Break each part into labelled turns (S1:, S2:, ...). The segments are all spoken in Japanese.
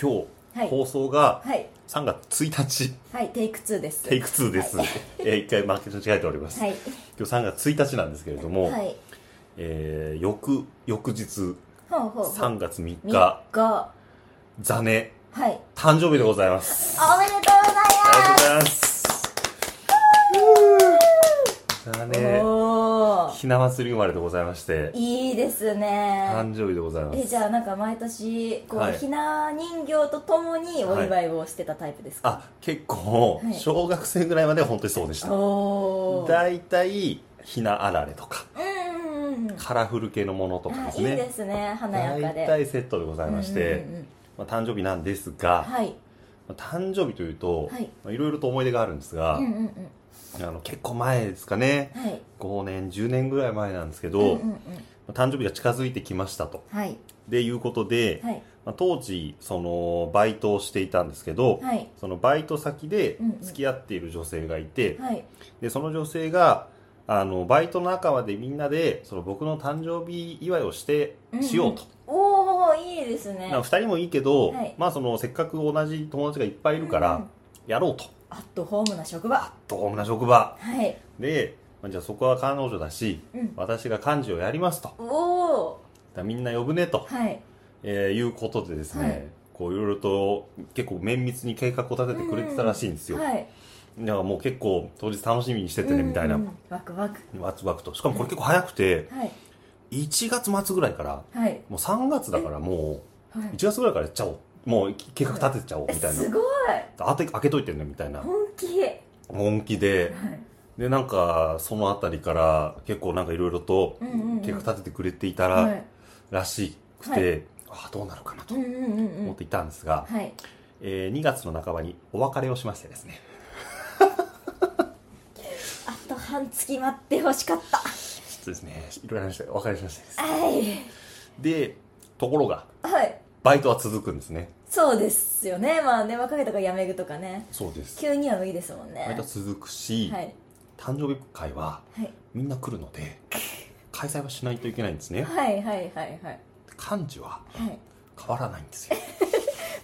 S1: 今日、
S2: はい
S1: 放送が
S2: はい
S1: 3月1日、
S2: はいテイク2です
S1: テイク2です。えー一回マーケット違えております。
S2: はい
S1: 今日3月1日なんですけれども、
S2: はい
S1: えー翌、翌日、
S2: ほうほうほう
S1: 3月3
S2: 三
S1: 日、
S2: 日は
S1: ザネ、
S2: い
S1: 誕生日でございます。
S2: あおめでとうござい
S1: ありがとう
S2: ま
S1: ご
S2: す
S1: ざいます。ザネ、
S2: おー
S1: ひな祭り生まれでございまして、
S2: いいですね
S1: 誕生日でございま
S2: え
S1: す。
S2: じゃあなんか毎年こう、
S1: はい
S2: ひな人形とともにお祝いをしてたタイプですか、
S1: あ、結構
S2: は、い
S1: 小学生ぐらいまでは本当にそうでした。
S2: おおー
S1: 大体、ひなあられとか、
S2: うんうんうん
S1: カラフル系のものとか
S2: あ
S1: です
S2: いい
S1: ね。
S2: ですね華
S1: 大
S2: やかで
S1: 体セットでございまして、
S2: うんうんうん
S1: まあ、誕生日なんですが、
S2: はい
S1: まあ誕生日というと、
S2: はい
S1: いまあ、いろいろと思い出があるんですが、
S2: うんうんうん
S1: あの結構前ですかね
S2: はい
S1: 5年10年ぐらい前なんですけ
S2: うん
S1: ど、
S2: うんうん
S1: まあ誕生日が近づいてきましたと
S2: はい
S1: でいうことで、
S2: はい
S1: まあ、当時そのバイトをしていたんですけど、
S2: はい
S1: そのバイト先で
S2: うんうん
S1: 付き合っている女性がいて、
S2: はい
S1: でその女性があのバイトの仲間でみんなでその僕の誕生日祝いをしてしようと、
S2: おおいいですね
S1: まあ、2人もいいけど、
S2: はい
S1: まあ、そのせっかく同じ友達がいっぱいいるから、
S2: うんうん
S1: やろうと
S2: アットホームな職場
S1: どうもな職場
S2: はい
S1: で、まあ、じゃあそこは彼女だし、
S2: うん
S1: 私が幹事をやりますとだか
S2: おお
S1: らみんな呼ぶねと、
S2: はい
S1: えーいうことでですね、
S2: はい
S1: こういろいろと結構綿密に計画を立ててくれてたらしいんですよ、
S2: はい
S1: だからもう結構当日楽しみにしててねみたいな、
S2: うんうんワクワク
S1: ワクワクとしかもこれ結構早くて
S2: はい
S1: 1月末ぐらいから
S2: はい
S1: もう3月だからも
S2: は
S1: う
S2: い
S1: 1月ぐらいからやっちゃおうもう計画立てちゃおうみたいな
S2: すごい
S1: あて開けといてねみたいな
S2: 本気はい
S1: 本気ででなんかそのあたりから結構なんかいろいろと
S2: うんうんうん
S1: 計画立ててくれていた
S2: は
S1: ら
S2: い
S1: らしく
S2: は
S1: て、ああどうなるかな
S2: う
S1: と
S2: んうんうんう
S1: 思っ
S2: ん
S1: ていたんですが、
S2: はい
S1: えー2月の半ばにお別れをしましてですね
S2: あと半月待ってほしかった
S1: ちょっとですねいろいろ話してお別れしましたです
S2: はい
S1: でところが
S2: はい
S1: バイトは続くんですね
S2: そうですよねまあね若いとかやめぐとかね
S1: そうです
S2: 急には無理ですもんね
S1: バイトは続くし、
S2: はい
S1: 誕生日会は
S2: はい
S1: みんな来るので開催はしないといけないんですね
S2: はいはいはいはい
S1: 幹事は
S2: はい
S1: 変わらないんですよ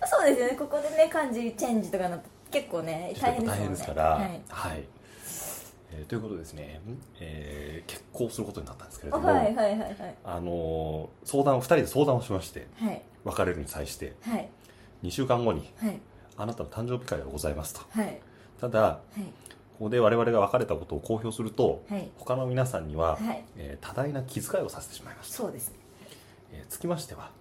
S2: そうですよねここでね漢字チェンジとかなって結構ね大変ですもんね
S1: 大変ですから、
S2: は
S1: はいい、えーということでですね、えー結婚することになったんですけれども、
S2: はいはいはいはい
S1: あのー相談を2人で相談をしまして
S2: はい
S1: 別れるに際して
S2: はい
S1: 2週間後に
S2: はい
S1: 「あなたの誕生日会がございます」と
S2: はい
S1: ただここで我々が別れたことを公表すると、
S2: はい
S1: 他の皆さんには、
S2: はい
S1: えー多大な気遣いをさせてしまいました、
S2: そうですね
S1: えーつきましては、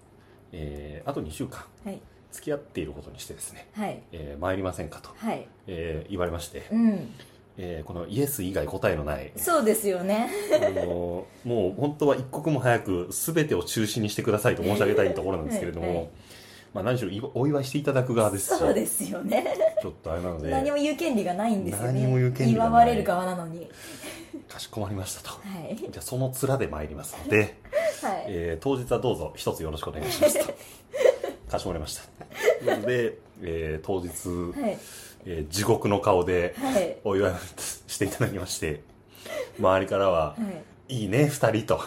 S1: えーあと2週間
S2: はい
S1: 付き合っていることにしてですね、
S2: はい
S1: えー参りませんかと、
S2: はい
S1: えー言われまして、
S2: うん
S1: えーこのイエス以外答えのない
S2: そうですよね
S1: あのもう本当は一刻も早く全てを中止にしてくださいと申し上げたいところなんですけれども、
S2: はいはい
S1: まあ、何しろいお祝いしていただく側ですし
S2: そうですよね
S1: ちょっとあれなの
S2: 何も
S1: で
S2: 言う権利がないんですよね
S1: 何も言う権利がない
S2: 祝われる側なのに
S1: かしこまりましたと
S2: はい
S1: じゃあその面で参りますので、
S2: はい
S1: えー当日はどうぞ一つよろしくお願いしますと かしこまりましたということで、えー当日、
S2: はい
S1: えー地獄の顔で
S2: はい
S1: お祝いをしていただきまして周りからは
S2: はい
S1: いいね、二人 と。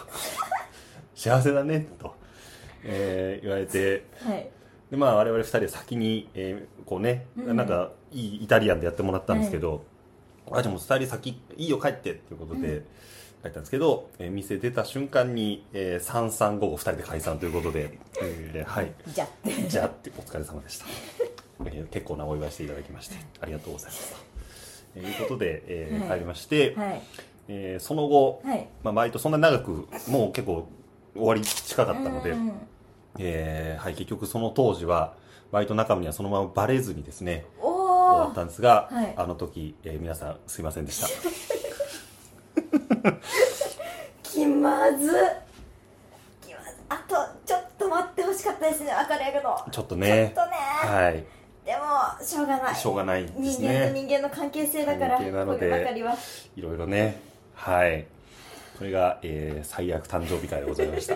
S1: 幸せだね、と、えー言われて。
S2: はい
S1: で、まあ、我々二人は先に、えーこうね、
S2: うん
S1: なんか、いいイタリアンでやってもらったんですけど、あ、じゃあもう二人先、いいよ、帰って、ということで、
S2: う
S1: 帰ったんですけど、えー店出た瞬間に、えー、三三五五二人で解散ということで、えーはい。
S2: じゃって
S1: じゃあってお疲れ様でした、えー結構なお祝いしていただきましてありがとうございましたと、えーいうことで、えー
S2: はい
S1: 帰りまして、
S2: はい
S1: えーその後、
S2: はい
S1: まあ、バイトそんなに長くもう結構終わり近かったので、
S2: うんうん
S1: えーはい、結局その当時はバイト仲間にはそのままバレずにですね終わ
S2: お
S1: っ
S2: ー
S1: たんですが、
S2: はい
S1: あの時、えー皆さんすいませんでした
S2: 気まず気まずあとちょっと待ってほしかったですね明るいけど
S1: ちょっと
S2: ちょ
S1: ね
S2: っとね
S1: はい
S2: でもしょうがない
S1: しょうがないです
S2: 人間と
S1: ね
S2: 人間の関係性だから
S1: 関係なの
S2: こ
S1: で
S2: ればかりはい
S1: ろいろねはいこれが、えー最悪誕生日会でござい ました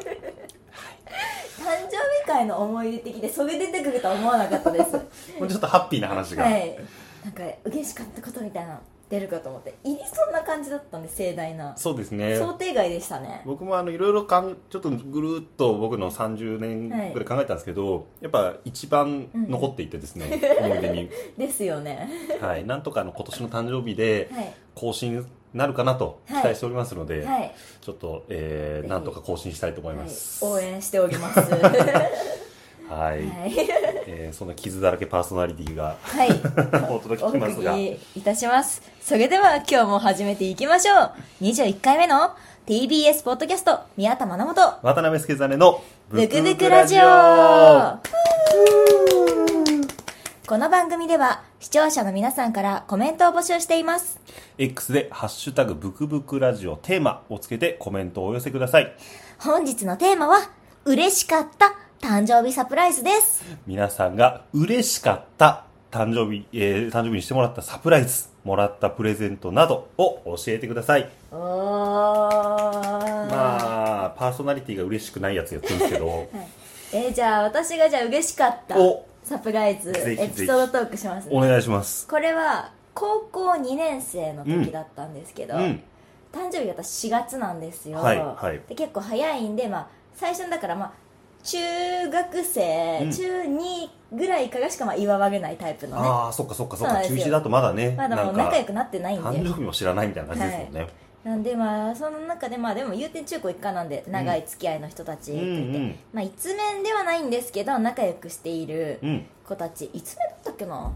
S2: 誕生日会の思い出的でそれ出て くるとは思わなかったです
S1: もうちょっとハッピーな話が、
S2: はいなんか嬉しかったことみたいな出るかと思って入りそんな感じだったんで盛大な
S1: そうですね
S2: 想定外でした ね
S1: 僕もあのいろいろかんちょっとぐるっと僕の30年ぐらい考えたんですけど、やっぱ一番残っていてですね、思い出に、
S2: ですよね
S1: はい、なんとかあの今年の誕生日で
S2: はい
S1: 更新になるかなと期待しておりますので、
S2: はい、
S1: ちょっと、え
S2: ぜ
S1: ー、
S2: ひ
S1: なんとか更新したいと思い
S2: は
S1: ま
S2: い、
S1: す、
S2: 応援しており ますは
S1: はい、
S2: い、
S1: えーそんな傷だらけパーソナリティが
S2: はい
S1: お届け
S2: お
S1: します
S2: 送
S1: が
S2: りいたします。それでは今日も始めていきましょう。21回目の TBS ポッドキャスト宮田真と
S1: 渡辺助真の
S2: ブクブクラジオこの番組では視聴者の皆さんからコメントを募集しています。
S1: X で「ハッシュタグブクブクラジオテーマ」をつけてコメントをお寄せください
S2: 本日のテーマは嬉しかった誕生日サプライズです。
S1: 皆さんが嬉しかった誕生日、えー誕生日にしてもらったサプライズもらったプレゼントなどを教えてください
S2: おー。
S1: まあパーソナリティが嬉しくないやつやってるんですけ ど
S2: えーじゃあ私がじゃあ嬉しかった
S1: お
S2: サプライズ
S1: ぜひぜ
S2: エ
S1: ひ
S2: ピソードトークしますね
S1: お願いします
S2: これは高校2年生の時だったんですけど、
S1: うん
S2: 誕生日が私4月なんですよ、
S1: はいはい
S2: で結構早いんで、まあ、最初にだから、まあ、中学生、
S1: うん
S2: 中2ぐらいからしかまあ祝われないタイプのね
S1: ああそっかそっかそっ
S2: そうな
S1: か
S2: んです
S1: 中
S2: よ
S1: 止だとまだね
S2: まだ
S1: な
S2: もう
S1: んか
S2: 仲良くなってないん
S1: 誕
S2: で
S1: 生日も知らないみたいな感じですもんね、
S2: なんでまあその中でまあでも有点中高一貫なんで長い付き合いの人たちといて、
S1: うんうん
S2: まあ、一面ではないんですけど仲良くしている
S1: うん
S2: 子たちいつ目だったっけな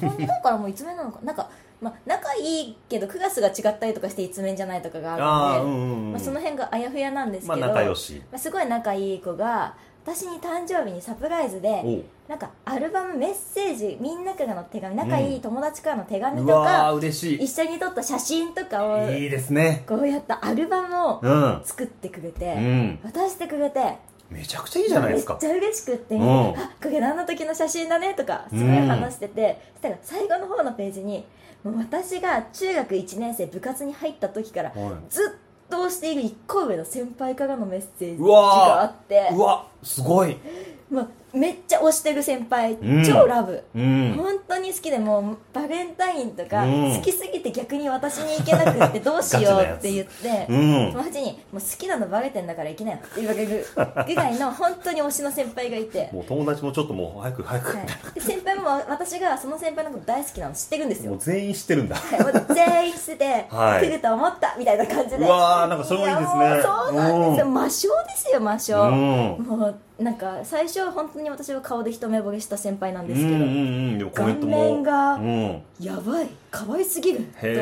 S2: こんなんからもういつ目なのかなんか、まあ、仲いいけどクラスが違ったりとかしていつ面じゃないとかがあ
S1: ああ
S2: る
S1: うん
S2: で
S1: うんうん
S2: まあ、その辺があやふやなんですけ
S1: ま
S2: ど、
S1: あ仲良し
S2: まあすごい仲いい子が私に誕生日にサプライズで
S1: おう
S2: なんかアルバムメッセージみんなからの手紙仲いい友達からの手紙と
S1: う
S2: か、
S1: わー嬉しい
S2: 一緒に撮った写真とかを
S1: いいですね
S2: こうやったアルバムを
S1: うん
S2: 作ってくれ
S1: う
S2: て、
S1: ん
S2: 渡してくれて
S1: めちゃくちゃいいじゃないですか
S2: めっちゃ嬉しくって、
S1: うん
S2: あこれあの時の写真だねとかすごい話してて、そしたら最後の方のページにもう私が中学1年生部活に入った時から
S1: は
S2: ずっと推している1個上の先輩からのメッセージ
S1: うわー
S2: があって
S1: いうわすごい
S2: まあ、めっちゃ推してる先輩、
S1: うん
S2: 超ラブ
S1: うん
S2: 本当に好きでもうバレンタインとか、
S1: うん
S2: 好きすぎて逆に私に行けなくってどうしようって言って
S1: うん
S2: 友達に「もう好きなのバレてんだから行きなよ」って言われるぐらいの本当に推しの先輩がいて、
S1: もう友達もちょっともう早く早く、
S2: はい、で先輩も私がその先輩のこと大好きなの知ってるんです
S1: も
S2: よ
S1: う全員知ってるんだ
S2: はいもう全員知ってて、
S1: はい
S2: 来ると思ったみたいな感じで
S1: うわーなんかそれもいいですね
S2: やもうそうなんですよ魔性ですよ魔性、
S1: うん
S2: もうなんか最初は本当に私は顔で一目惚れした先輩なん
S1: う
S2: ですけど、
S1: んうんうんでもコメントも
S2: 顔面が
S1: うん
S2: やばい可愛すぎると思って
S1: へ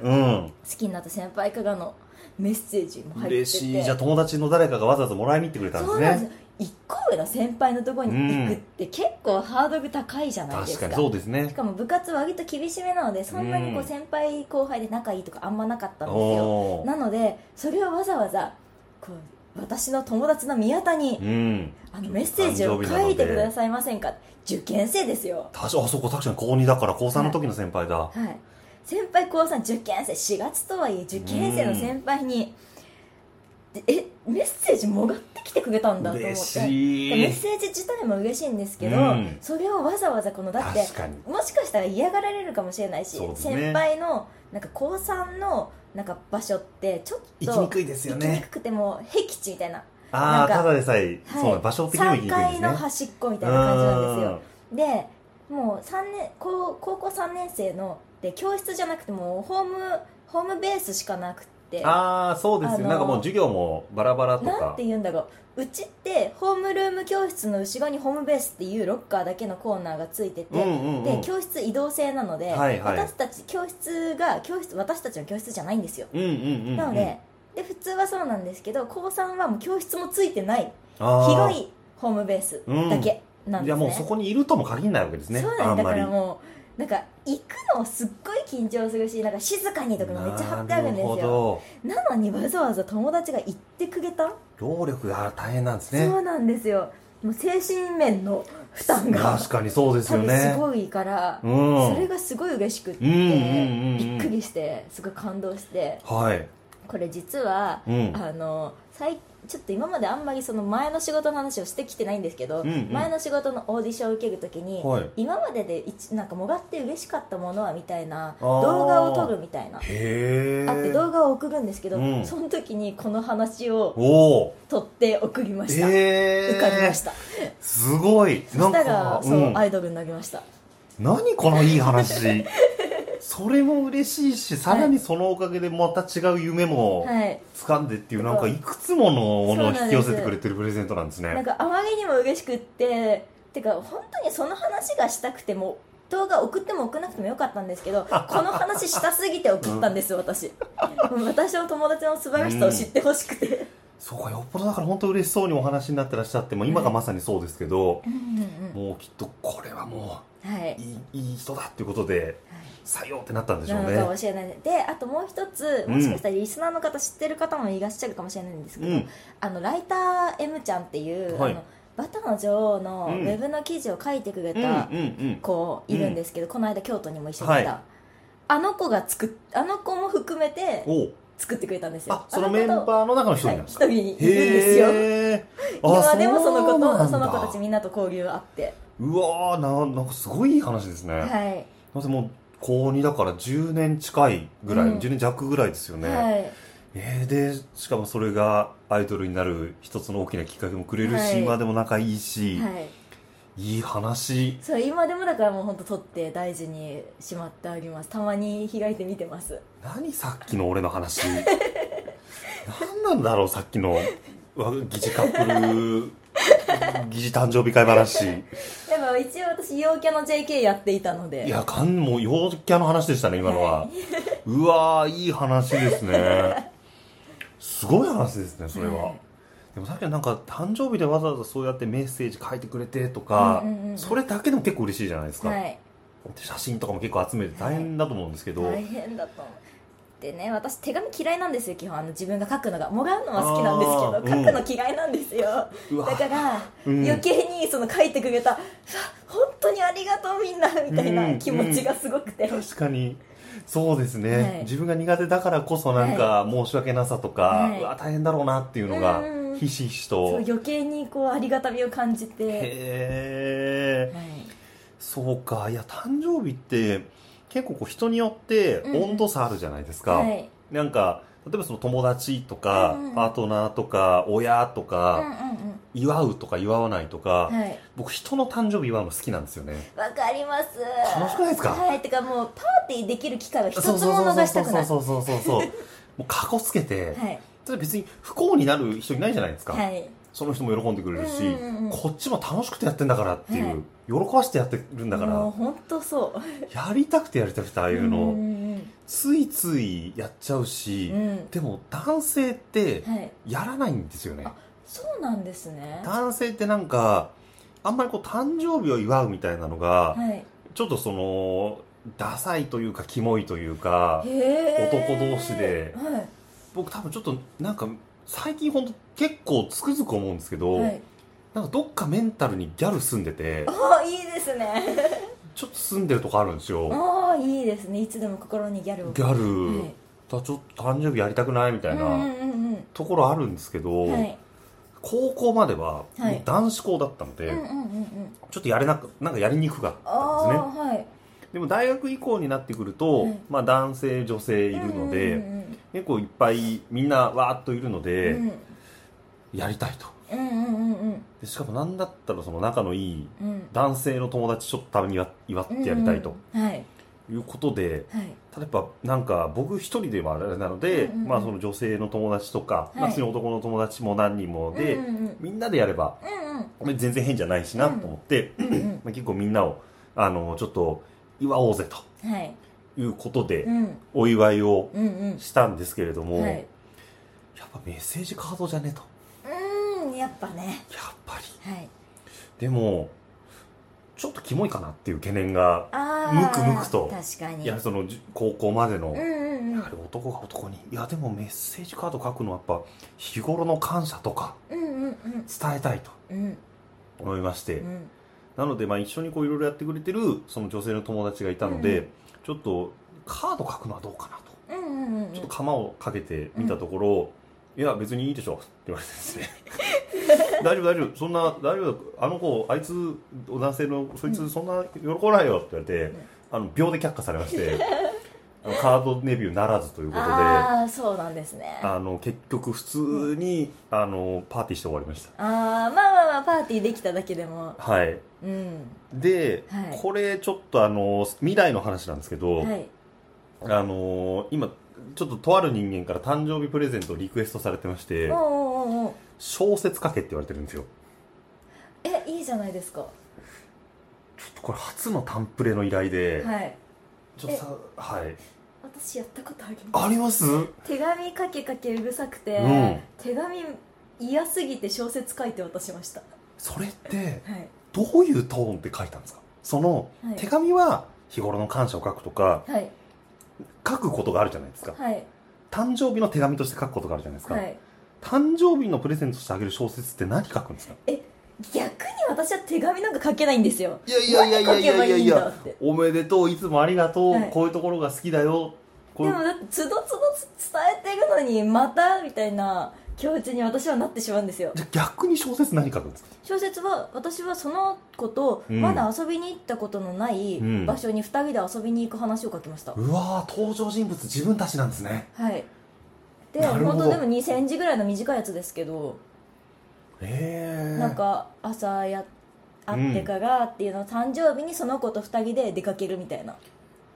S1: えうん
S2: 好きになった先輩からのメッセージも入ってて
S1: 嬉しいじゃあ友達の誰かがわざわざもらいに行ってくれたんで
S2: そ
S1: す
S2: うなん
S1: ね
S2: です一個上の先輩のところに行くって結構ハードル高いじゃないです
S1: 確か
S2: か,、
S1: にそうです
S2: し
S1: ね
S2: かも部活は割と厳しめなのでそんなにこ
S1: う
S2: うん先輩後輩で仲いいとかあんまなかったんですよ
S1: おー
S2: なのでそれはわざわざこう私の友達の宮田に
S1: うん
S2: あのメッセージを書いてくださいませんか受験生ですよ
S1: 確かあそうか確かに高2だから高3の時の先輩だ、
S2: はい、先輩高3受験生4月とはいえ受験生の先輩に、でえメッセージもらってきてくれたんだと思って
S1: 嬉しい
S2: でメッセージ自体も嬉しいんですけど、
S1: うん
S2: それをわざわざこのだって
S1: 確かに
S2: もしかしたら嫌がられるかもしれないし、
S1: そうですね
S2: 先輩のなんか高3のなんか場所ってちょっと
S1: 行きにくいですよ
S2: 行きに
S1: ね
S2: くくてもう僻地みたいな
S1: あ
S2: な
S1: あ
S2: んか
S1: ただでさえ、
S2: はい
S1: そう場所的にも行きに
S2: 3
S1: くいです
S2: 階
S1: ね
S2: の端っこみたいな感じなんですよ
S1: す
S2: でもう三年高高校3年生ので教室じゃなくてもうホームホームベースしかなくて
S1: ああそうですよ、
S2: あのー
S1: なんかもう授業もバラバラとか
S2: なんて言うんだろううちってホームルーム教室の後ろにホームベースっていうロッカーだけのコーナーがついてて、
S1: うんうんうん
S2: で教室移動制なので、
S1: はいはい
S2: 私たち教室が教室私たちの教室じゃないんですよ、
S1: うんうんうんうん
S2: なのでで普通はそうなんですけど高3はもう教室もついてない
S1: あー
S2: 広いホームベースだけなんですね、
S1: いやもうそこにいるとも限らないわけですね
S2: そう
S1: あ
S2: なん
S1: ん
S2: だ
S1: ま
S2: か
S1: り
S2: らもうなんか行くのすっごい緊張するしなんか静かにとかがめっちゃ貼ってあるんで
S1: な
S2: す
S1: る
S2: よ
S1: ほ
S2: なのにわざわざ友達が行ってくれた、
S1: ど労力が大変なんです
S2: そ
S1: ね
S2: うなんですよもう精神面の負担が
S1: 確かにそうです
S2: 多
S1: よ
S2: 分
S1: ね
S2: すごいから、
S1: うん
S2: それがすごい嬉しくって、
S1: うんうんうんうん
S2: びっくりしてすごい感動して
S1: はい
S2: これ実は、
S1: うん
S2: あの最ちょっと今まであんまりその前の仕事の話をしてきてないんですけど、
S1: うんうん
S2: 前の仕事のオーディションを受けるときに、
S1: はい
S2: 今までで一なんかもらって嬉しかったものはみたいな
S1: あー
S2: 動画を撮るみたいな
S1: へえ
S2: あって動画を送るんですけど、
S1: うん
S2: その時にこの話を
S1: おお
S2: 撮って送りました、
S1: ええ
S2: 受かりましたた
S1: すごい
S2: そし
S1: な
S2: たら
S1: んか
S2: そう、
S1: うん
S2: アイドルになりました
S1: 何このいい 話それも嬉しいしさらにそのおかげでまた違う夢も
S2: はい
S1: 掴んでっていうなんかいくつものものを
S2: そうな
S1: 引
S2: んで
S1: き
S2: す
S1: 寄せてくれてるプレゼントなんです
S2: なん
S1: ね
S2: かあまりにも嬉しくっててか本当にその話がしたくても動画送っても送らなくてもよかったんですけ どこの話したすぎて送ったんです、私私の友達の素晴らしさを知ってほしくて、
S1: そうかよっぽどだから本当嬉しそうにお話になってらっしゃってもう今がまさにそうですけど
S2: うんうん
S1: もうきっとこれはも
S2: うんはいう
S1: いいいい人だっていうことで採用ってなったんでしょ
S2: な
S1: う
S2: の
S1: ね
S2: かもしれないでであともう一つもしかしたらリスナーの方知ってる方もいらっしゃるかもしれないんですけ
S1: う
S2: ど、
S1: ん
S2: あのライター M ちゃんっていう、
S1: はい
S2: あのバタの女王のウ
S1: うん
S2: ェブの記事を書いてくれ
S1: うんう
S2: た
S1: ん
S2: 子いるんですけど、この間京都にも一緒にいた、
S1: はい
S2: あの子が作っあの子も含めて
S1: うんおう
S2: 作ってくれたんですよ
S1: あそのメン
S2: ー
S1: バーの中の一人
S2: はい
S1: なんで
S2: 一
S1: す
S2: 人
S1: か
S2: にいるんですよ
S1: へえ
S2: 今でもその子とその子たち
S1: に
S2: みんなと交流あって
S1: うわーななんかすごいいい話ですね
S2: はい、
S1: だってもう高2だから10年近いぐらい、
S2: うん
S1: 10年弱ぐらいですよね、
S2: はい
S1: えーでしかもそれがアイドルになる一つの大きなきっかけもくれるし、
S2: はい
S1: 今でも仲いいし、
S2: はい
S1: い、い話
S2: そう今でもだからもう本当撮って大事にしまってありますたまに開いて見てます
S1: 何さっきの俺の話何なんだろうさっきのわ疑似カップル疑似誕生日会話い
S2: やっぱ一応私陽キャの JK やっていたので
S1: やかんもう陽キャの話でしたね今のは、
S2: は
S1: うわーいい話ですねすごい話ですねそれは、
S2: はい
S1: でもさっきのなんか誕生日でわざわざそうやってメッセージ書いてくれてとか、
S2: うんうんうんうん
S1: それだけでも結構嬉しいじゃないですか、
S2: はい
S1: で写真とかも結構集めて大変だと思うんですけど、
S2: 大変だと思うでね私手紙嫌いなんですよ基本あの自分が書くのがもらうのは好きなんですけど、
S1: あー
S2: 書くの嫌いなんですよ
S1: うわ
S2: だから、
S1: うん
S2: 余計にその書いてくれたうわ本当にありがとうみんなみたいな気持ちがすごくて、
S1: 確かにそうですね、
S2: はい
S1: 自分が苦手だからこそなんか申し訳なさとか、
S2: はいう
S1: わ大変だろうなっていうのが
S2: うんうん
S1: ひしひし
S2: そう
S1: と
S2: 余計にこうありがたみを感じて、
S1: へえ
S2: はい、
S1: そうかいや誕生日って結構こう人によって
S2: うん
S1: 温度差あるじゃないですか、
S2: はい
S1: なんか例えばその友達とか、
S2: うんうん
S1: パートナーとか親と
S2: うん
S1: か、
S2: う
S1: 祝うとか祝わないとか、
S2: んうんはい
S1: 僕人の誕生日祝うの好きなんですよね
S2: わかります
S1: 楽しくないですか
S2: はいてかもうパーティーできる機会は一つ
S1: そう
S2: も
S1: そうそう
S2: 逃したくない
S1: そうそうそうそうそうもうかこつけて、
S2: はい
S1: ただ別に不幸になる人いないじゃないですか、
S2: はい
S1: その人も喜んでくれるし、
S2: うんうんうん
S1: こっちも楽しくてやってんだからっていう、
S2: はい
S1: 喜ばしてやってるんだから、
S2: もう本当そう
S1: やりたくてやりたくてああいうの、
S2: んん
S1: ついついやっちゃう
S2: う
S1: し、
S2: んうん
S1: でも男性って
S2: はい
S1: やらないんですよね、
S2: あそうなんですね
S1: 男性ってなんかあんまりこう誕生日を祝うみたいなのが、
S2: はい
S1: ちょっとそのダサいというかキモいというか
S2: へー
S1: 男同士で
S2: は
S1: 僕多分ちょっとなんか最近本当結構つくづく思うんですけど、
S2: い、はい、
S1: なんかどっかメンタルにギャル住んでて
S2: ああいいですね
S1: ちょっと住んでるとこあるんですよ
S2: ああいいですねいつでも心にギャルを
S1: ギャル、だちょっと誕生日やりたくないみた
S2: はいい、う
S1: な、
S2: んうんうん
S1: ところあるんですけど、
S2: うんはい
S1: 高校までは
S2: はい
S1: もう男子校だったの
S2: う
S1: で、
S2: んうんうんうん
S1: ちょっとやれなくなんかやりにくかっ
S2: あ
S1: たんです
S2: あ
S1: ね
S2: はい
S1: でも大学以降になってくると、
S2: はい
S1: まあ、男性女性い
S2: い
S1: るので、
S2: うんうん
S1: 結構いっぱいみんなわーっといるの
S2: う
S1: で、
S2: ん
S1: やりたいと
S2: うんうんうんうん
S1: でしかも何だったらその仲のいい
S2: うん
S1: 男性の友達ちょっとために祝祝ってやりたいと
S2: うんうんはい
S1: いうことで、
S2: はい
S1: 例えばなんか僕一人ではあれなので、
S2: うんうんうん
S1: まあ、その女性の友達とか、まあ
S2: はい
S1: 普通に男の友達も何人もで、
S2: うんうんうん
S1: みんなでやれば
S2: うん
S1: まあ全然変じゃないしなと思って、
S2: うんうん
S1: まあ、結構みんなをあのちょっと祝おうぜと
S2: うんはい
S1: いうことで
S2: うん
S1: お祝いを
S2: うんうん
S1: したんですけれども、
S2: はい
S1: やっぱメッセージカードじゃねと
S2: うーんやっぱね
S1: やっぱり
S2: はい
S1: でもちょっとキモいかなっていう懸念が
S2: ああ
S1: むくむくと
S2: 確かに
S1: いやそのじ高校までの、
S2: うん
S1: や
S2: うんうん
S1: はり男が男にいやでもメッセージカード書くのはやっぱ日頃の感謝とか
S2: うんうんうん
S1: 伝えたいと
S2: うん
S1: 思いまして、
S2: うん
S1: なので、まあ、一緒にこういろいろやってくれてるその女性の友達がいたので、
S2: うん
S1: ちょっとカード書くのはどうかなと
S2: うんうんうんうん
S1: ちょっと釜をかけてみたところ、いや別にいいでしょって言われてですね 大丈夫大丈夫そんな大丈夫あの子あいつ男性のそいつそんな喜ばないよって言われて、あの秒で却下されまして あのカードデビューならずということであ
S2: ああそうなんですねあ
S1: の結局普通に、あのパーティーして終わりました
S2: あーまあまあまあパーティーできただけでも
S1: はい
S2: うん
S1: で、
S2: はい
S1: これちょっとあの未来の話なんですけど、
S2: はい
S1: あの今ちょっととある人間から誕生日プレゼントをリクエストされてまして
S2: おうおうおうおう
S1: 小説書けって言われてるんですよ
S2: えいいじゃないですか
S1: ちょっとこれ初のタンプレの依頼で、
S2: はい
S1: ちょっとさはい
S2: 私やったことあります
S1: あります
S2: 手紙かけかけうるさくて、
S1: うん
S2: 手紙嫌すぎて小説書いて渡しました
S1: それって
S2: はい
S1: どういうトーンで書いたんですかその、
S2: はい
S1: 手紙は日頃の感謝を書くとか
S2: はい
S1: 書くことがあるじゃないですか
S2: はい
S1: 誕生日の手紙として書くことがあるじゃないですか、
S2: はい
S1: 誕生日のプレゼントしてあげる小説って何書くんですか
S2: 逆に私は手紙なんか書けないんですよ
S1: いやいやいやいやいやいやい
S2: 何書けばいいんだ
S1: や
S2: って
S1: おめでとういつもありがとう、
S2: はい
S1: こういうところが好きだよこ
S2: で
S1: ういう
S2: もだってつどつどつ伝えてるのにまたみたいな気持ちに私はなってしまうんですよ
S1: じゃあ逆に小説何書くんですか
S2: 小説は私はその子と
S1: うん
S2: まだ遊びに行ったことのない
S1: うん
S2: 場所に2人で遊びに行く話を書きました、
S1: うわー登場人物自分たちなんですね
S2: はいで
S1: なるほ
S2: 本
S1: ど
S2: 当でも2センチぐらいの短いやつですけど、
S1: へえ
S2: なんか朝や会ってからっていうのを誕生日にその子と2人で出かけるみたいな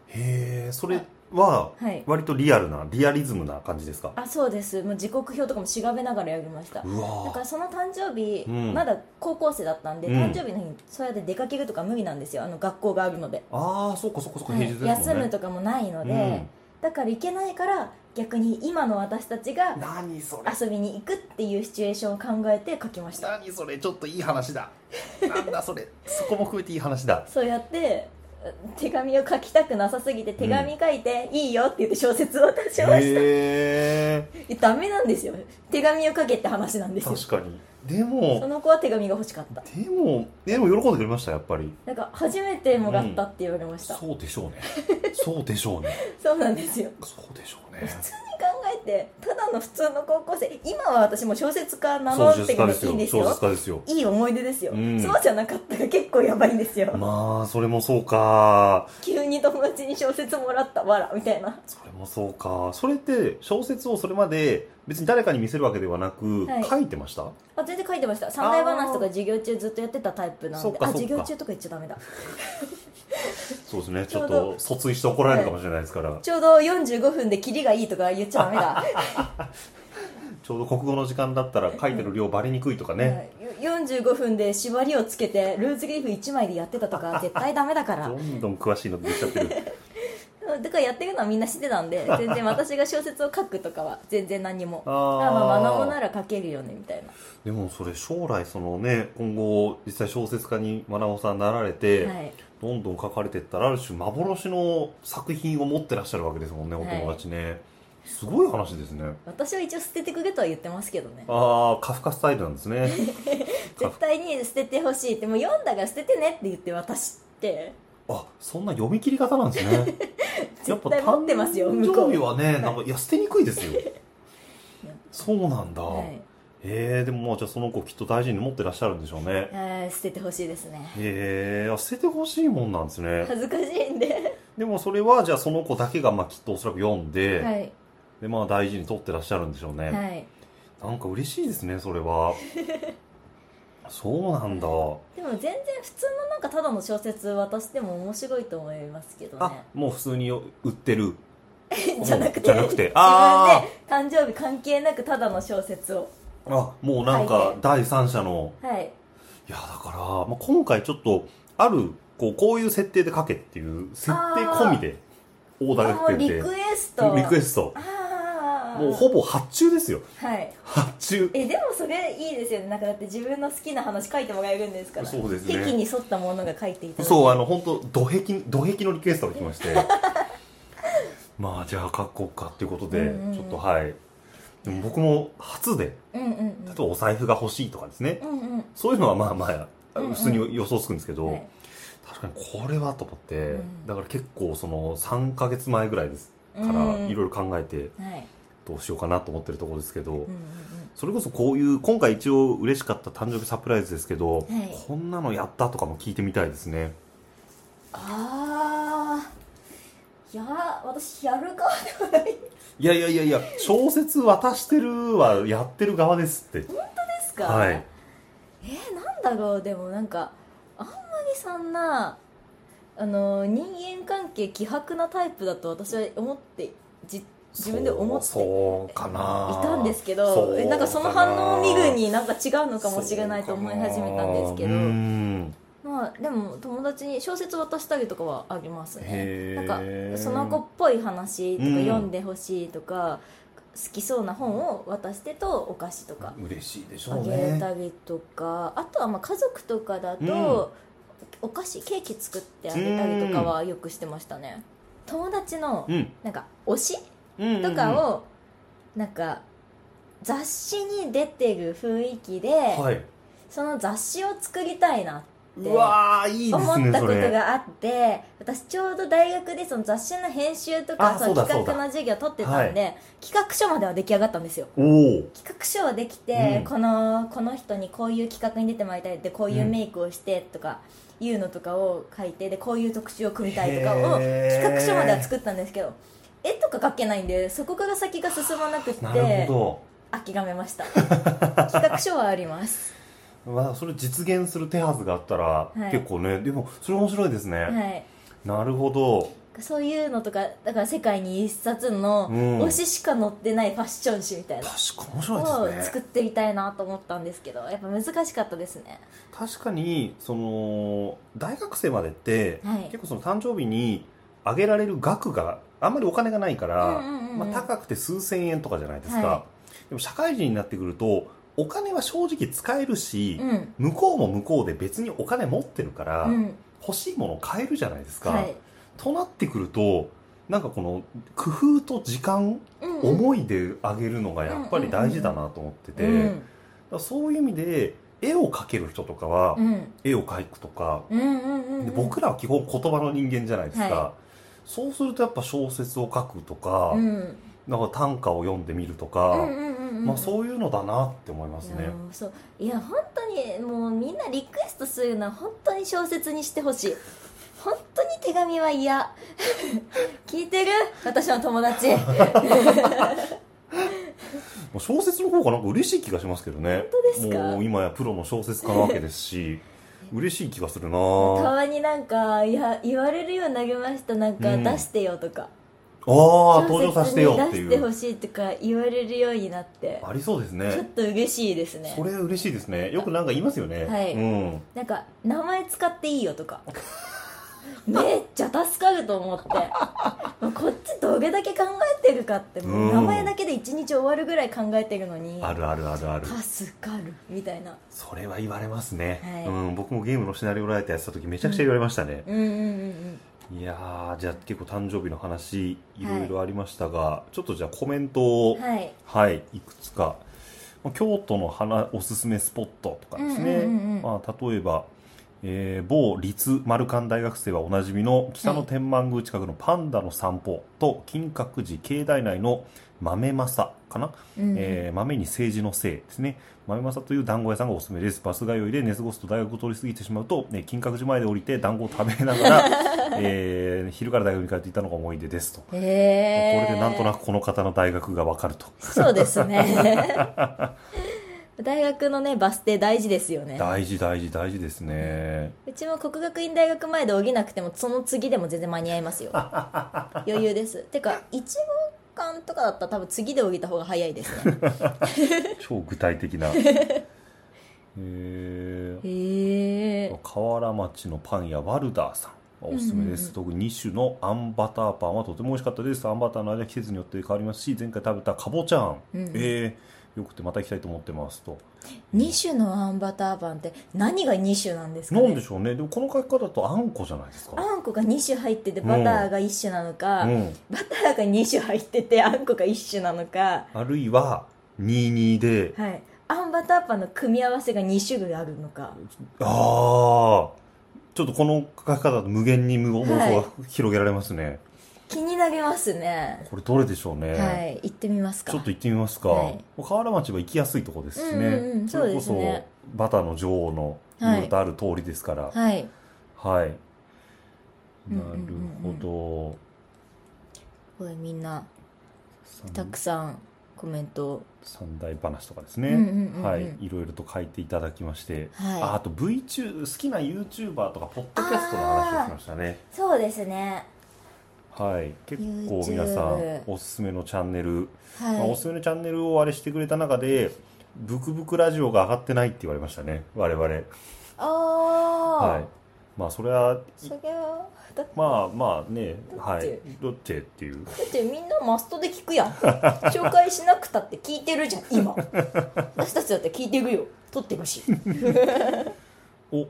S1: へえそれは
S2: はい
S1: 割とリアルなリアリズムな感じですか
S2: あそうですもう時刻表とかも調べながらやりました
S1: う
S2: だ
S1: わー
S2: からその誕生日、
S1: うん
S2: まだ高校生だったんで、
S1: うん
S2: 誕生日の日にそうやって出かけるとか無理なんですよあの学校があるので、
S1: ああそうかそうかそうか
S2: はい
S1: 平日です
S2: 休
S1: もんね
S2: むとかもないので、
S1: うん
S2: だから行けないから逆に今の私たちが
S1: 何それ
S2: 遊びに行くっていうシチュエーションを考えて書きました
S1: 何それちょっといい話だなんだそれそこも含めていい話だ
S2: そうやって手紙を書きたくなさすぎて手紙書いていいよって言って小説を出しまし
S1: へえ
S2: た、ダメなんですよ手紙を書けって話なんですよ
S1: 確かにで
S2: そ
S1: も
S2: の子は手紙が欲しかった
S1: でもでも喜んでくれましたやっぱり
S2: なんか初めてもらったって言われました、
S1: そうでしょうねそうでしょうね
S2: そうなんですよ
S1: そうでしょう
S2: 普
S1: ね
S2: 通に考えてただの普通の高校生今は私も小説家名乗ってくれていいんです
S1: 小
S2: よ
S1: 説家ですよ
S2: いい思い出ですよ、
S1: うん
S2: そうじゃなかったら結構やばいんですよ、
S1: まあそれもそうか
S2: 急に友達に小説もらったわらみたいな
S1: それもそうかそれって小説をそれまで別に誰かに見せるわけではなく、
S2: はい
S1: 書いてました
S2: あ全然書いてました三大話とか授業中ずっとやってたタイプなん
S1: そっ
S2: で
S1: か
S2: あ
S1: そっか
S2: 授業中とか言っちゃダメだ
S1: そうですねち
S2: ちょ
S1: ょっ
S2: うど
S1: と訴追して怒られるかもしれないですから、
S2: ちょうど45分でキリがいいとか言っちゃダメだ、
S1: ちょうど国語の時間だったら書いてる量バレにくいとかね、
S2: はい45分で縛りをつけてルーズリーフ1枚でやってたとか絶対ダメだから
S1: どんどん詳しいの出ちゃってる
S2: だからやってるのはみんな知ってたん で全然私が小説を書くとかは全然何も
S1: あ
S2: あ
S1: ー
S2: まあまあ学ぶなら書けるよねみたいな
S1: でもそれ将来そのね今後実際小説家に学おさんなられて、
S2: はい
S1: どんどん書かれてったらある種幻の作品を持ってらっしゃるわけですもんねお友達ね、すごい話ですね
S2: 私は一応捨ててくれとは言ってますけどね
S1: ああカフカスタイルなんですね
S2: 絶対に捨ててほしいってもう読んだから捨ててねって言って渡して
S1: あそんな読み切り方なんです ね
S2: 絶対持ってますよ向こ
S1: 誕
S2: う
S1: 生日はねなんかいや捨てにくいです よそうなんだ、
S2: はい
S1: えー、でもまあじゃあその子きっと大事に持ってらっしゃるんでしょうね
S2: えー捨ててほしいですね
S1: えー、あ捨ててほしいもんなんですね
S2: 恥ずかしいんで
S1: でもそれはじゃあその子だけがまあきっとおそらく読んで,、
S2: はい
S1: でまあ大事に取ってらっしゃるんでしょうね、
S2: はい
S1: なんか嬉しいですねそれ はそうなんだ
S2: でも全然普通のなんかただの小説渡しても面白いと思いますけど
S1: あ
S2: ね
S1: もう普通によ売ってる
S2: じゃなくて
S1: じゃなくてあ
S2: 自分で誕生日関係なくただの小説を
S1: あもうなん
S2: は
S1: か
S2: いね
S1: 第三者の
S2: はい
S1: いやだから、まあ、今回ちょっとあるこうこういう設定で書けっていう設定込みでオーダー
S2: あ
S1: が
S2: あ
S1: 来てて
S2: リクエスト
S1: リクエ
S2: ス
S1: スト
S2: トああ
S1: もうほぼ発注ですよ
S2: はい
S1: 発注
S2: えでもそれいいですよねなんかだって自分の好きな話書いてもらえるんですから
S1: そうですね
S2: 適に沿ったものが書いていただける
S1: そうあの本当土壁土壁のリクエストが来まして まあじゃあ書こうかっていうことで、
S2: うんうん
S1: ちょっとはいでも僕も初で
S2: うんうん
S1: 例えばお財布が欲しいとかですね、
S2: うんうん
S1: そういうのはまあまああ
S2: うんうん
S1: 普通に予想つくんですけど、
S2: うんはい
S1: 確かにこれはと思って、
S2: うん
S1: だから結構その3ヶ月前ぐらいですか
S2: う
S1: ら
S2: ん
S1: いろいろ考えて
S2: はい
S1: どうしようかなと思ってるところですけど、
S2: うんうん
S1: それこそこういう今回一応嬉しかった誕生日サプライズですけど、
S2: い
S1: こんなのやったとかも聞いてみたいですね
S2: あーいやー私やる側ではないで
S1: いやいやいやいや小説渡してるはやってる側ですって
S2: すか、
S1: はい
S2: えー、なんだろうでもなんかあんまりそんなあの人間関係希薄なタイプだと私は思ってじ自分で思ってい
S1: そうそうかない
S2: たんですけ
S1: そう
S2: ど
S1: か
S2: えなんかその反応を見るになんか違うのかもしれないと思い始めたんですけ
S1: そうかな
S2: ど
S1: うーん
S2: まあでも友達に小説渡したりとかはありますね
S1: へ
S2: なん
S1: ー
S2: かその子っぽい話とか
S1: うん
S2: 読んでほしいとか、好きそうな本を渡してとお菓子とか
S1: 嬉しいでし
S2: あ
S1: ょう
S2: げ
S1: ね
S2: たりとか、あとはまあ家族とかだと、
S1: うん
S2: お菓子ケーキ作ってあげたりとかはよくしてましたね友達の
S1: うん
S2: なんか推し
S1: うんうんうん
S2: とかをなんか雑誌に出てる雰囲気で、
S1: はい
S2: その雑誌を作りたいなって
S1: うわーいいで
S2: 思
S1: す
S2: っ
S1: ね
S2: た
S1: そ
S2: こと
S1: れ
S2: があって私ちょうど大学でその雑誌の編集とか
S1: あ
S2: その
S1: そうだそ
S2: 企画
S1: う
S2: の
S1: だ
S2: 授業を取ってたんで、企画書までは出来上がったんですよ
S1: おお
S2: 企画書はでき
S1: う
S2: て、
S1: ん
S2: このこの人にこういう企画に出てもらいたいってこういうメイクをしてとかいうのとかを書いてでこういう特集を組みたいとかを
S1: へー
S2: 企画書までは作ったんですけど絵とか描けないんでそこから先が進まなく
S1: なる
S2: て
S1: ほ
S2: 諦めました企画書はあります
S1: どまあそれ実現する手はずがあったら、
S2: はい
S1: 結構ねでもそれ面白いですね、
S2: はい
S1: なるほど
S2: そういうのとかだから世界に一冊の
S1: うん
S2: 推ししか載ってないファッション誌みたいな
S1: 確か面白
S2: を
S1: いです
S2: 作
S1: ね
S2: ってみたいなと思ったんですけどやっぱ難しかったですね
S1: 確かにその大学生までって、
S2: はい
S1: 結構その誕生日にあげられる額があんまりお金がないから、
S2: うんうんうん
S1: まあ、高くて数千円とかじゃないですか、
S2: は
S1: でも社会人になってくるとお金は正直使えるし、
S2: うん
S1: 向こうも向こうで別にお金持ってるから、
S2: うん
S1: 欲しいものを買えるじゃないですか、
S2: はい
S1: となってくるとなんかこの工夫と時間、
S2: うんうん
S1: 思いであげるのがやっぱり大事だなと思ってて、
S2: うん
S1: だからそういう意味で絵を描ける人とかは
S2: うん
S1: 絵を描くとか、
S2: うんうんうんうん
S1: で僕らは基本言葉の人間じゃないですか、
S2: は
S1: そうするとやっぱ小説を書くとか,、
S2: うんうん
S1: なんか短歌を読んでみると
S2: う
S1: か、
S2: んうんうん
S1: まあ、そういうのだなって思います
S2: い
S1: ね
S2: やもうそういや本当にもうみんなリクエストするのは本当に小説にしてほしい本当に手紙は嫌 聞いてる私の友達本
S1: もう小説の方がなんか嬉しい気がしますけどね
S2: 当ですか
S1: もう今やプロの小説家なわけです し嬉しい気がするな
S2: た
S1: あ
S2: まになんかいや言われるようになりましたなんか
S1: うん
S2: 出してよとか、
S1: あー
S2: 小説
S1: 登場させてよ
S2: に
S1: ってい
S2: 出してほ
S1: う
S2: しいとか言われるようになって
S1: ありそうです
S2: ちょっ
S1: ね
S2: と嬉しいですね
S1: それ嬉しいですねよくなんか言いますよね、
S2: はい
S1: うん
S2: なんか名前使っていいよとかめっちゃ助かると思ってもうこっちどれだけ考えてるかってもううん名前だけで一日終わるぐらい考えてるのに
S1: あるあるあるある
S2: 助かるみたいな
S1: それは言われますね、
S2: はい
S1: うん、僕もゲームのシナリオライターやってた時めちゃくちゃ言われましたね、
S2: うんうんうん
S1: いやーじゃあ結構誕生日の話いろいろありましたが、ちょっとじゃあコメントを
S2: うんはい
S1: はい、い、くつかまあ京都の花おすすめスポットとかですね、
S2: うんうんうんうん
S1: まあ、例えば、えー某立丸間大学生はおなじみの北の天満宮近くのパンダの散歩と金閣寺境内内の豆正かな
S2: うん
S1: えー豆に政治のせいですね豆正という団子屋さんがおすすめですバス通いで寝過ごすと大学を通り過ぎてしまうと、ね、金閣寺前で降りて団子を食べなが ら、えー昼から大学に帰っていたのが思い出ですと、
S2: へ
S1: ま
S2: え
S1: あこれでなんとなくこの方の大学がわかると
S2: そうですね 大学のねバス停大事ですよね
S1: 大事大事大事ですね
S2: うちも国学院大学前で補なくてもその次でも全然間に合 いますよ余裕ですてか1号館とかだったら多分次で補った方が早いで すね
S1: 超具体的 なえー
S2: へえ
S1: 河原町のパン屋ワルダーさんはおすすめです、特に2種のあんバターパンはとても美味しかったですあんバターの味は季節によって変わりますし前回食べたかぼちゃあん、
S2: うんうん
S1: えーよくてまた行きたいと思ってますと
S2: 2種のあんバターパンって何が2種なんです
S1: な
S2: か、
S1: ん
S2: ね
S1: で、しょうねでもこの書き方だとあんこじゃないですか
S2: あんこが2種入っててバターが1種なのか、
S1: うん
S2: バターが2種入っててあんこが1種なのか
S1: あるいは22で
S2: はいあんバターパンの組み合わせが2種類あるのか
S1: ああちょっとこの書き方だと無限に無
S2: い
S1: 妄想が広げられますね、
S2: 気になりますね、
S1: これどれでしょうね、
S2: はい行ってみますか
S1: ちょっと行ってみますか、
S2: はい
S1: 河原町は行きやすいとこですしね、
S2: うんうんそうですね
S1: れこそバターの女王のい
S2: は
S1: ろい
S2: い
S1: ろとある通りですからはい、
S2: はいうん
S1: な
S2: うん
S1: るほど、
S2: これみんな
S1: 三
S2: たくさんコメントを
S1: 三大話とかですね、
S2: うんうんうんうん
S1: はいいろいろと書いていただきまして、
S2: はい
S1: ああと V 中好きな YouTuber とかポッドキャストの話をしましたね
S2: そうですね
S1: はい結構皆さ
S2: YouTube
S1: んおすすめのチャンネル
S2: はい、
S1: まあ、おすすめのチャンネルをあれしてくれた中で「ブクブクラジオ」が上がってないって言われましたね我々
S2: ああ、
S1: はいまあそれは
S2: それはだっ
S1: まあまあねはいどっちっていう
S2: てみんなマストで聞くや ん紹介しなくたって聞いてるじゃん今私たちだって聞いてるよ撮ってるし
S1: お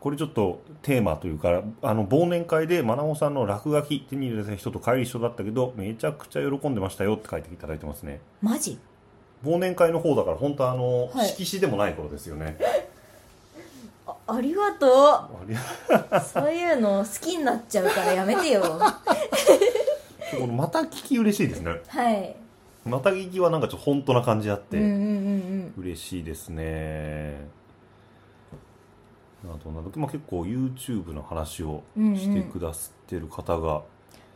S1: これちょっとテーマというかあの忘年会でまなおさんの落書き手に入れた人と帰り一緒だったけどめちゃくちゃ喜んでましたよって書いていただいてますね
S2: マジ
S1: 忘年会の方だから本当あの、
S2: はい
S1: 色紙でもない頃ですよね
S2: あありがと
S1: あれ
S2: うそういうの好きになっちゃうからやめてよ
S1: このまた聞き嬉しいですね
S2: はい
S1: また聞きはなんかちょっと本当な感じあっ
S2: う
S1: て、
S2: んうんうん
S1: 嬉しいですねなどなど、まあ、結構 YouTube の話をしてくださってる方が、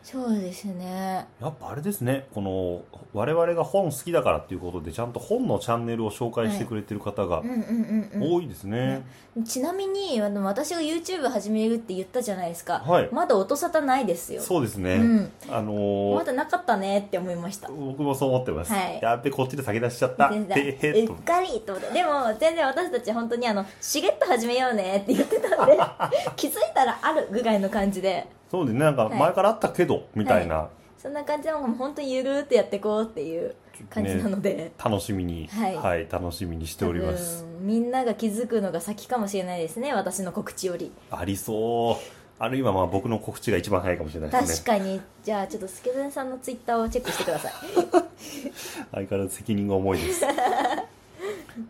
S2: そうですね
S1: やっぱあれですねこの我々が本好きだからっていうことでちゃんと本のチャンネルを紹介してくれてる方が
S2: うんうんうん
S1: 多いですね、
S2: うんちなみにあの私が YouTube 始めるって言ったじゃないですか、
S1: はい
S2: まだ音沙汰ないですよ
S1: そうですね、
S2: うん
S1: あの
S2: ま
S1: ー
S2: だなかったねって思いました
S1: 僕もそう思ってます、
S2: はい
S1: やっべこっちで先出しちゃった
S2: 全然
S1: でへ
S2: う
S1: っ
S2: っ
S1: と
S2: かりと思ってでも全然私たち本当にあのしれっと始めようねって言って たんで気づいたらあるぐらいの感じで
S1: そうでねなんか
S2: はい
S1: 前からあったけど、みたいな、
S2: そんな感じなのがもう本当にゆるーってやっていこうっていう感じなので、
S1: 楽しみに
S2: はい
S1: 楽しみにしております
S2: 多分みんなが気づくのが先かもしれないですね私の告知より
S1: ありそう。あるいはまあ僕の告知が一番早いかもしれないですね。
S2: 確かにじゃあちょっとスケベンさんのツイッターをチェックしてください
S1: 相変わらず責任が重い です。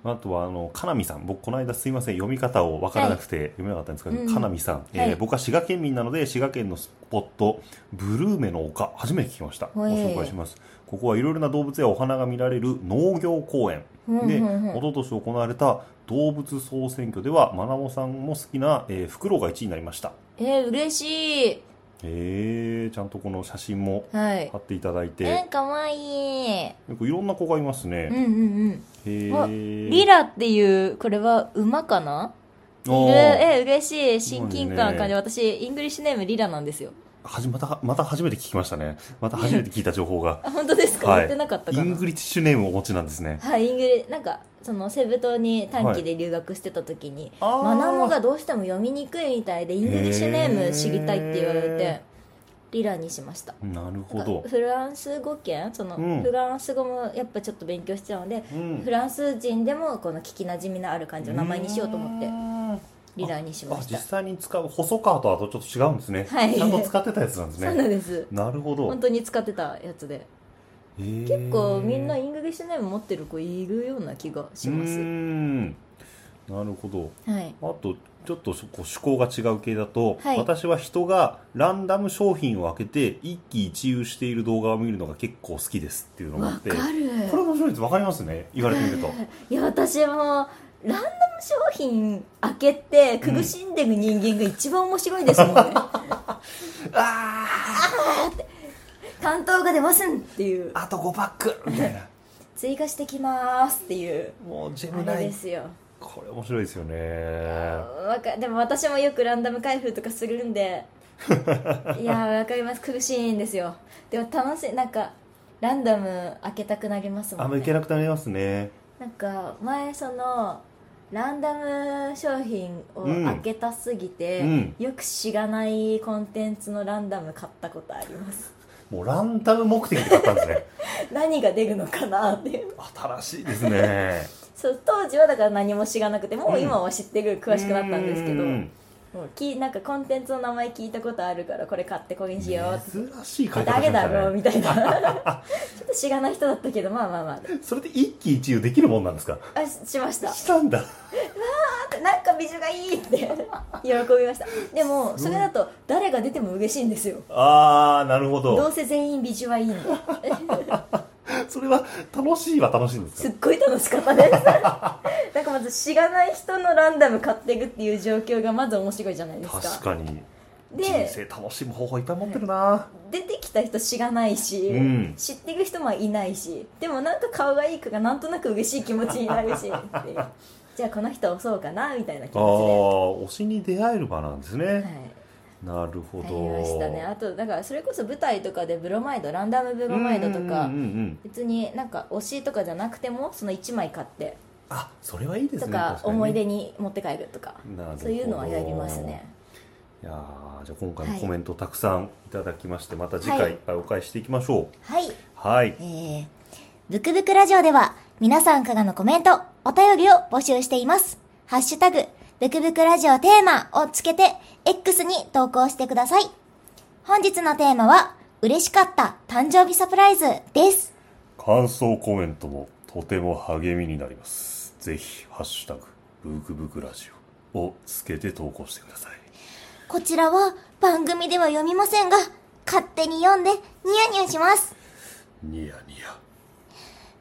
S1: あとはあのかなみさん、僕この間すいません読み方をわからなくて読めなかったんですけど、
S2: うん
S1: かなみさん、えー
S2: はい
S1: 僕は滋賀県民なので滋賀県のスポットブルーメの丘初めて聞きました。ご
S2: ほえ
S1: 紹介します。ここはいろいろな動物やお花が見られる農業公園
S2: うん
S1: で、
S2: うんうん
S1: 一昨年行われた動物総選挙ではまなもさんも好きな、えー、フクロウが1位になりました。
S2: えー、嬉しい
S1: えー、ちゃんとこの写真も
S2: はい
S1: 貼っていただいて。
S2: えー、かわいい
S1: なんかいろんな子がいます
S2: うん
S1: ね。
S2: うんうん
S1: へ
S2: あ
S1: え。
S2: リラっていうこれは馬かな
S1: あ
S2: いる
S1: ー。
S2: え嬉しい親近感感じ、
S1: ね
S2: 私イングリッシュネームリラなんですよ
S1: はじまたまた初めて聞きましたね。また初めて聞いた情報が。
S2: あ本当ですか、
S1: はい
S2: 言ってなかった
S1: イ
S2: か
S1: ン
S2: な
S1: グリッシュネームをお持ちなんですね。
S2: はいイングリなんかそのセブ島に短期で留学してた時に、
S1: あー
S2: マナモがどうしても読みにくいみたいでイングリッシュネーム知りたいって言われて
S1: へ
S2: リラにしました
S1: なる
S2: な
S1: ほ
S2: ん
S1: ど
S2: か。フランス語圏その、
S1: うん
S2: フランス語もやっぱちょっと勉強してたので、
S1: うん
S2: フランス人でもこの聞きなじみのある感じの名前にしようと思って
S1: て。
S2: リラにし
S1: あ
S2: まし
S1: 実
S2: た
S1: 際に使う細川とはとちょっと違うんですね、
S2: はい
S1: ちゃんと使ってたやつなんです
S2: そうなん
S1: ね
S2: です
S1: なるほど
S2: 本当に使ってたやつで
S1: 結
S2: 結構みんなイングリッシュネーム持ってる子いるような気がします
S1: なるほど
S2: はい
S1: あとちょっとそこ趣向が違う系だと、
S2: はい
S1: 私は人がランダム商品を開けて一喜一憂している動画を見るのが結構好きですっていうのがあ
S2: わ
S1: って
S2: かる
S1: これ面白いですわかりますね言われてみると
S2: いや私もランダム商品開けて苦しんでる人間が一番面白いですも んね、
S1: あ
S2: 担当が出ますんっていう
S1: ああと5パックみたいな
S2: 追加してきますっていう
S1: もうジェム
S2: あ
S1: ナ
S2: れで
S1: イ
S2: すよ
S1: これ面白いですよね
S2: わかでも私もよくランダム開封とかする んでいやーわかります苦しいんですよでも楽しいなんかランダム開けたくなりますも
S1: あ
S2: ん
S1: んま
S2: ね
S1: いけなくなりますね
S2: なんか前そのランダム商品を
S1: うん
S2: 開けたすぎて、
S1: うん
S2: よく知らないコンテンツのランダム買ったことあります
S1: もうランダム目的で買ったんですね
S2: 何が出るのかなっていう
S1: 新しいですね
S2: そう当時はだから何も知らなくても
S1: う
S2: うん今は知ってる詳しくなったんですけど、
S1: うん
S2: もうきなんかコンテンツの名前聞いたことあるからこれ買ってこれにしようって
S1: 珍 しい買い方しました
S2: 誰だろう
S1: ね
S2: みたいなちょっと知らない人だったけどまあまあま
S1: それで一喜一憂できるもんなんですか
S2: ああししました
S1: したんだ
S2: って なんか美女がいいって 喜びましたでもそれだと誰が出ても嬉しいんですよ
S1: ああなるほ
S2: どう
S1: ど
S2: せ全員美女はいいんで
S1: それは楽しいは楽しいんです
S2: す
S1: か
S2: っごい楽しかった ですなんかまず知らない人のランダム買っていくっていう状況がまず面白いじゃないですか
S1: 確かに人
S2: で
S1: 生楽しむ方法いっぱい持ってるな、
S2: 出てきた人知らないし、
S1: うん
S2: 知ってる人もいないしでもなんか顔がいいからなんとなく嬉しい気持ちになるしって いうじゃあこの人をそうかなみたいな気
S1: ああ
S2: 持
S1: 推しに出会える場なんですね、
S2: ちで、はい、
S1: なるほ
S2: あ
S1: ど
S2: りましたねあとだからそれこそ舞台とかでブロマイドランダムブロマイドとか
S1: うんうんうんうん
S2: 別になんか推しとかじゃなくてもその1枚買って
S1: あそれはいいです
S2: と
S1: ね
S2: か
S1: 確に
S2: 思い出に持って帰るとか
S1: なるほど
S2: そういうのはやりますね
S1: いやーじゃあ今回
S2: は
S1: も
S2: い
S1: コメントたくさんいただきまして、また次
S2: はい
S1: 回いっぱいお返ししていきましょ
S2: はいう
S1: はい
S2: えー、ブクブクラジオでは皆さんからのコメント、お便りを募集しています。ハッシュタグ、ブクブクラジオテーマをつけて X に投稿してください。本日のテーマは、嬉しかった誕生日サプライズです。
S1: 感想コメントもとても励みになりますぜひハッシュタグブクブクラジオをつけて投稿してください
S2: こちらは番組では読みませんが、勝手に読んでニヤニヤします。
S1: ニヤニヤ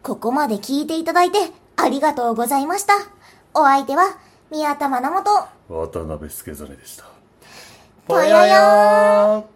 S2: ここまで聞いていただいてありがとうございました。お相手は宮田まなもと
S1: 渡辺助真でした
S2: ぽよよ
S1: ぽよよーん